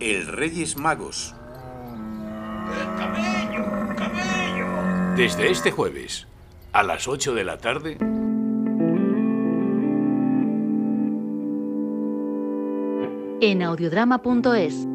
el Reyes Magos. ¡Camello! ¡Camello! Desde este jueves, a las 8 de la tarde, en audiodrama.es.